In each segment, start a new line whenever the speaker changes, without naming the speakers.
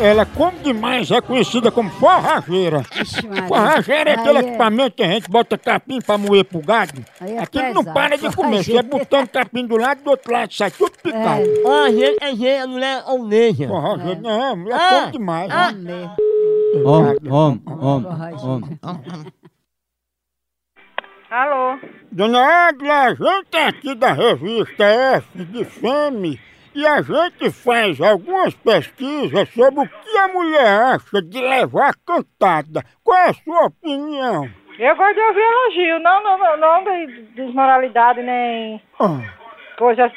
É, Ela come demais, é conhecida como forrageira.
Ixi, Maria.
Forrageira é
Aí
aquele
é-
equipamento que a gente bota capim pra moer pro gado.
Aí é
Aquilo não
pesado,
para de comer. Você é
forrageira.
botando capim do lado do outro lado, sai tudo picado.
É.
Ah, a gente, a gente, a mulher é oneja.
Forrageira, não, mulher
Ah,
come demais.
ah.
né?
mesmo.
Homem, homem, homem,
Forrageira.
homem.
Alô?
Dona Adla, a gente é aqui da revista F de Femme e a gente faz algumas pesquisas sobre o que a mulher acha de levar cantada. Qual é a sua opinião?
Eu gosto de ouvir elogio, não, não, não, não de desmoralidade, nem
Ah,
coisas,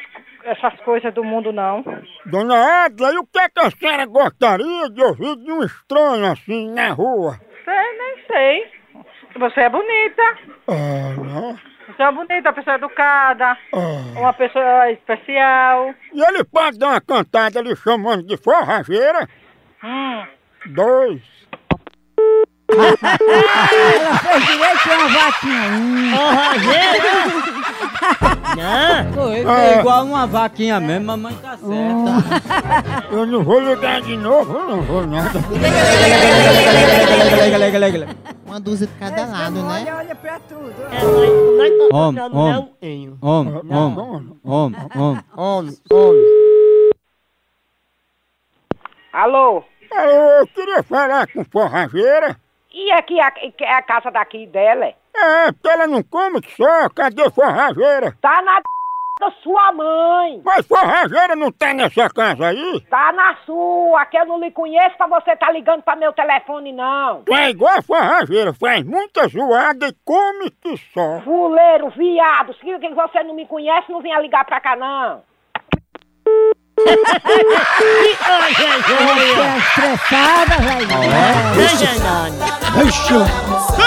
essas coisas do mundo, não.
Dona Adla, e o que, é que a senhora gostaria de ouvir de um estranho assim na rua?
Sei, nem sei. Você é bonita,
Ah, né?
você é bonita, uma pessoa educada,
Ah.
uma pessoa especial.
E ele pode dar uma cantada lhe chamando de forrageira?
Hum.
Dois.
Ela fez direito a uma vaquinha.
Forrageira? Não.
Foi
Ah.
é igual uma vaquinha mesmo, mamãe tá certa.
Eu não vou ligar de novo, eu não vou nada.
Lega, lega, lega, lega.
Uma dúzia de cada lado, né?
Olha, olha pra tudo.
É, nós, nós tô
Homem,
tocando,
homem.
não é um
Homem,
Não,
homem,
não,
homem, homem.
Homem, homem.
Alô?
Alô, eu queria falar com forrageira.
E aqui a, a casa daqui dela?
É, porque ela não come que só, cadê forrageira?
Tá na da sua mãe,
Mas forrageira não tá nessa casa aí?
tá na sua, que eu não lhe conheço pra você tá ligando pra meu telefone, não.
Tu é igual a forrageira, faz muita zoada e come que só.
Fuleiro, viado, se que você não me conhece, não venha ligar pra cá, não.
Você é estressada, velho.
Veja nada.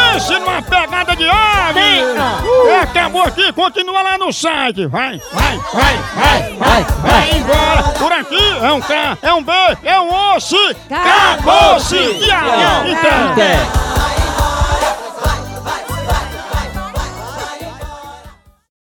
Pense numa pegada de ave!
Eita!
Uh! Acabou aqui, continua lá no site. Vai, vai, vai, vai, vai, vai embora. Por aqui é um K, é um B, é um osso.
Acabou-se!
E aí, então?
Até.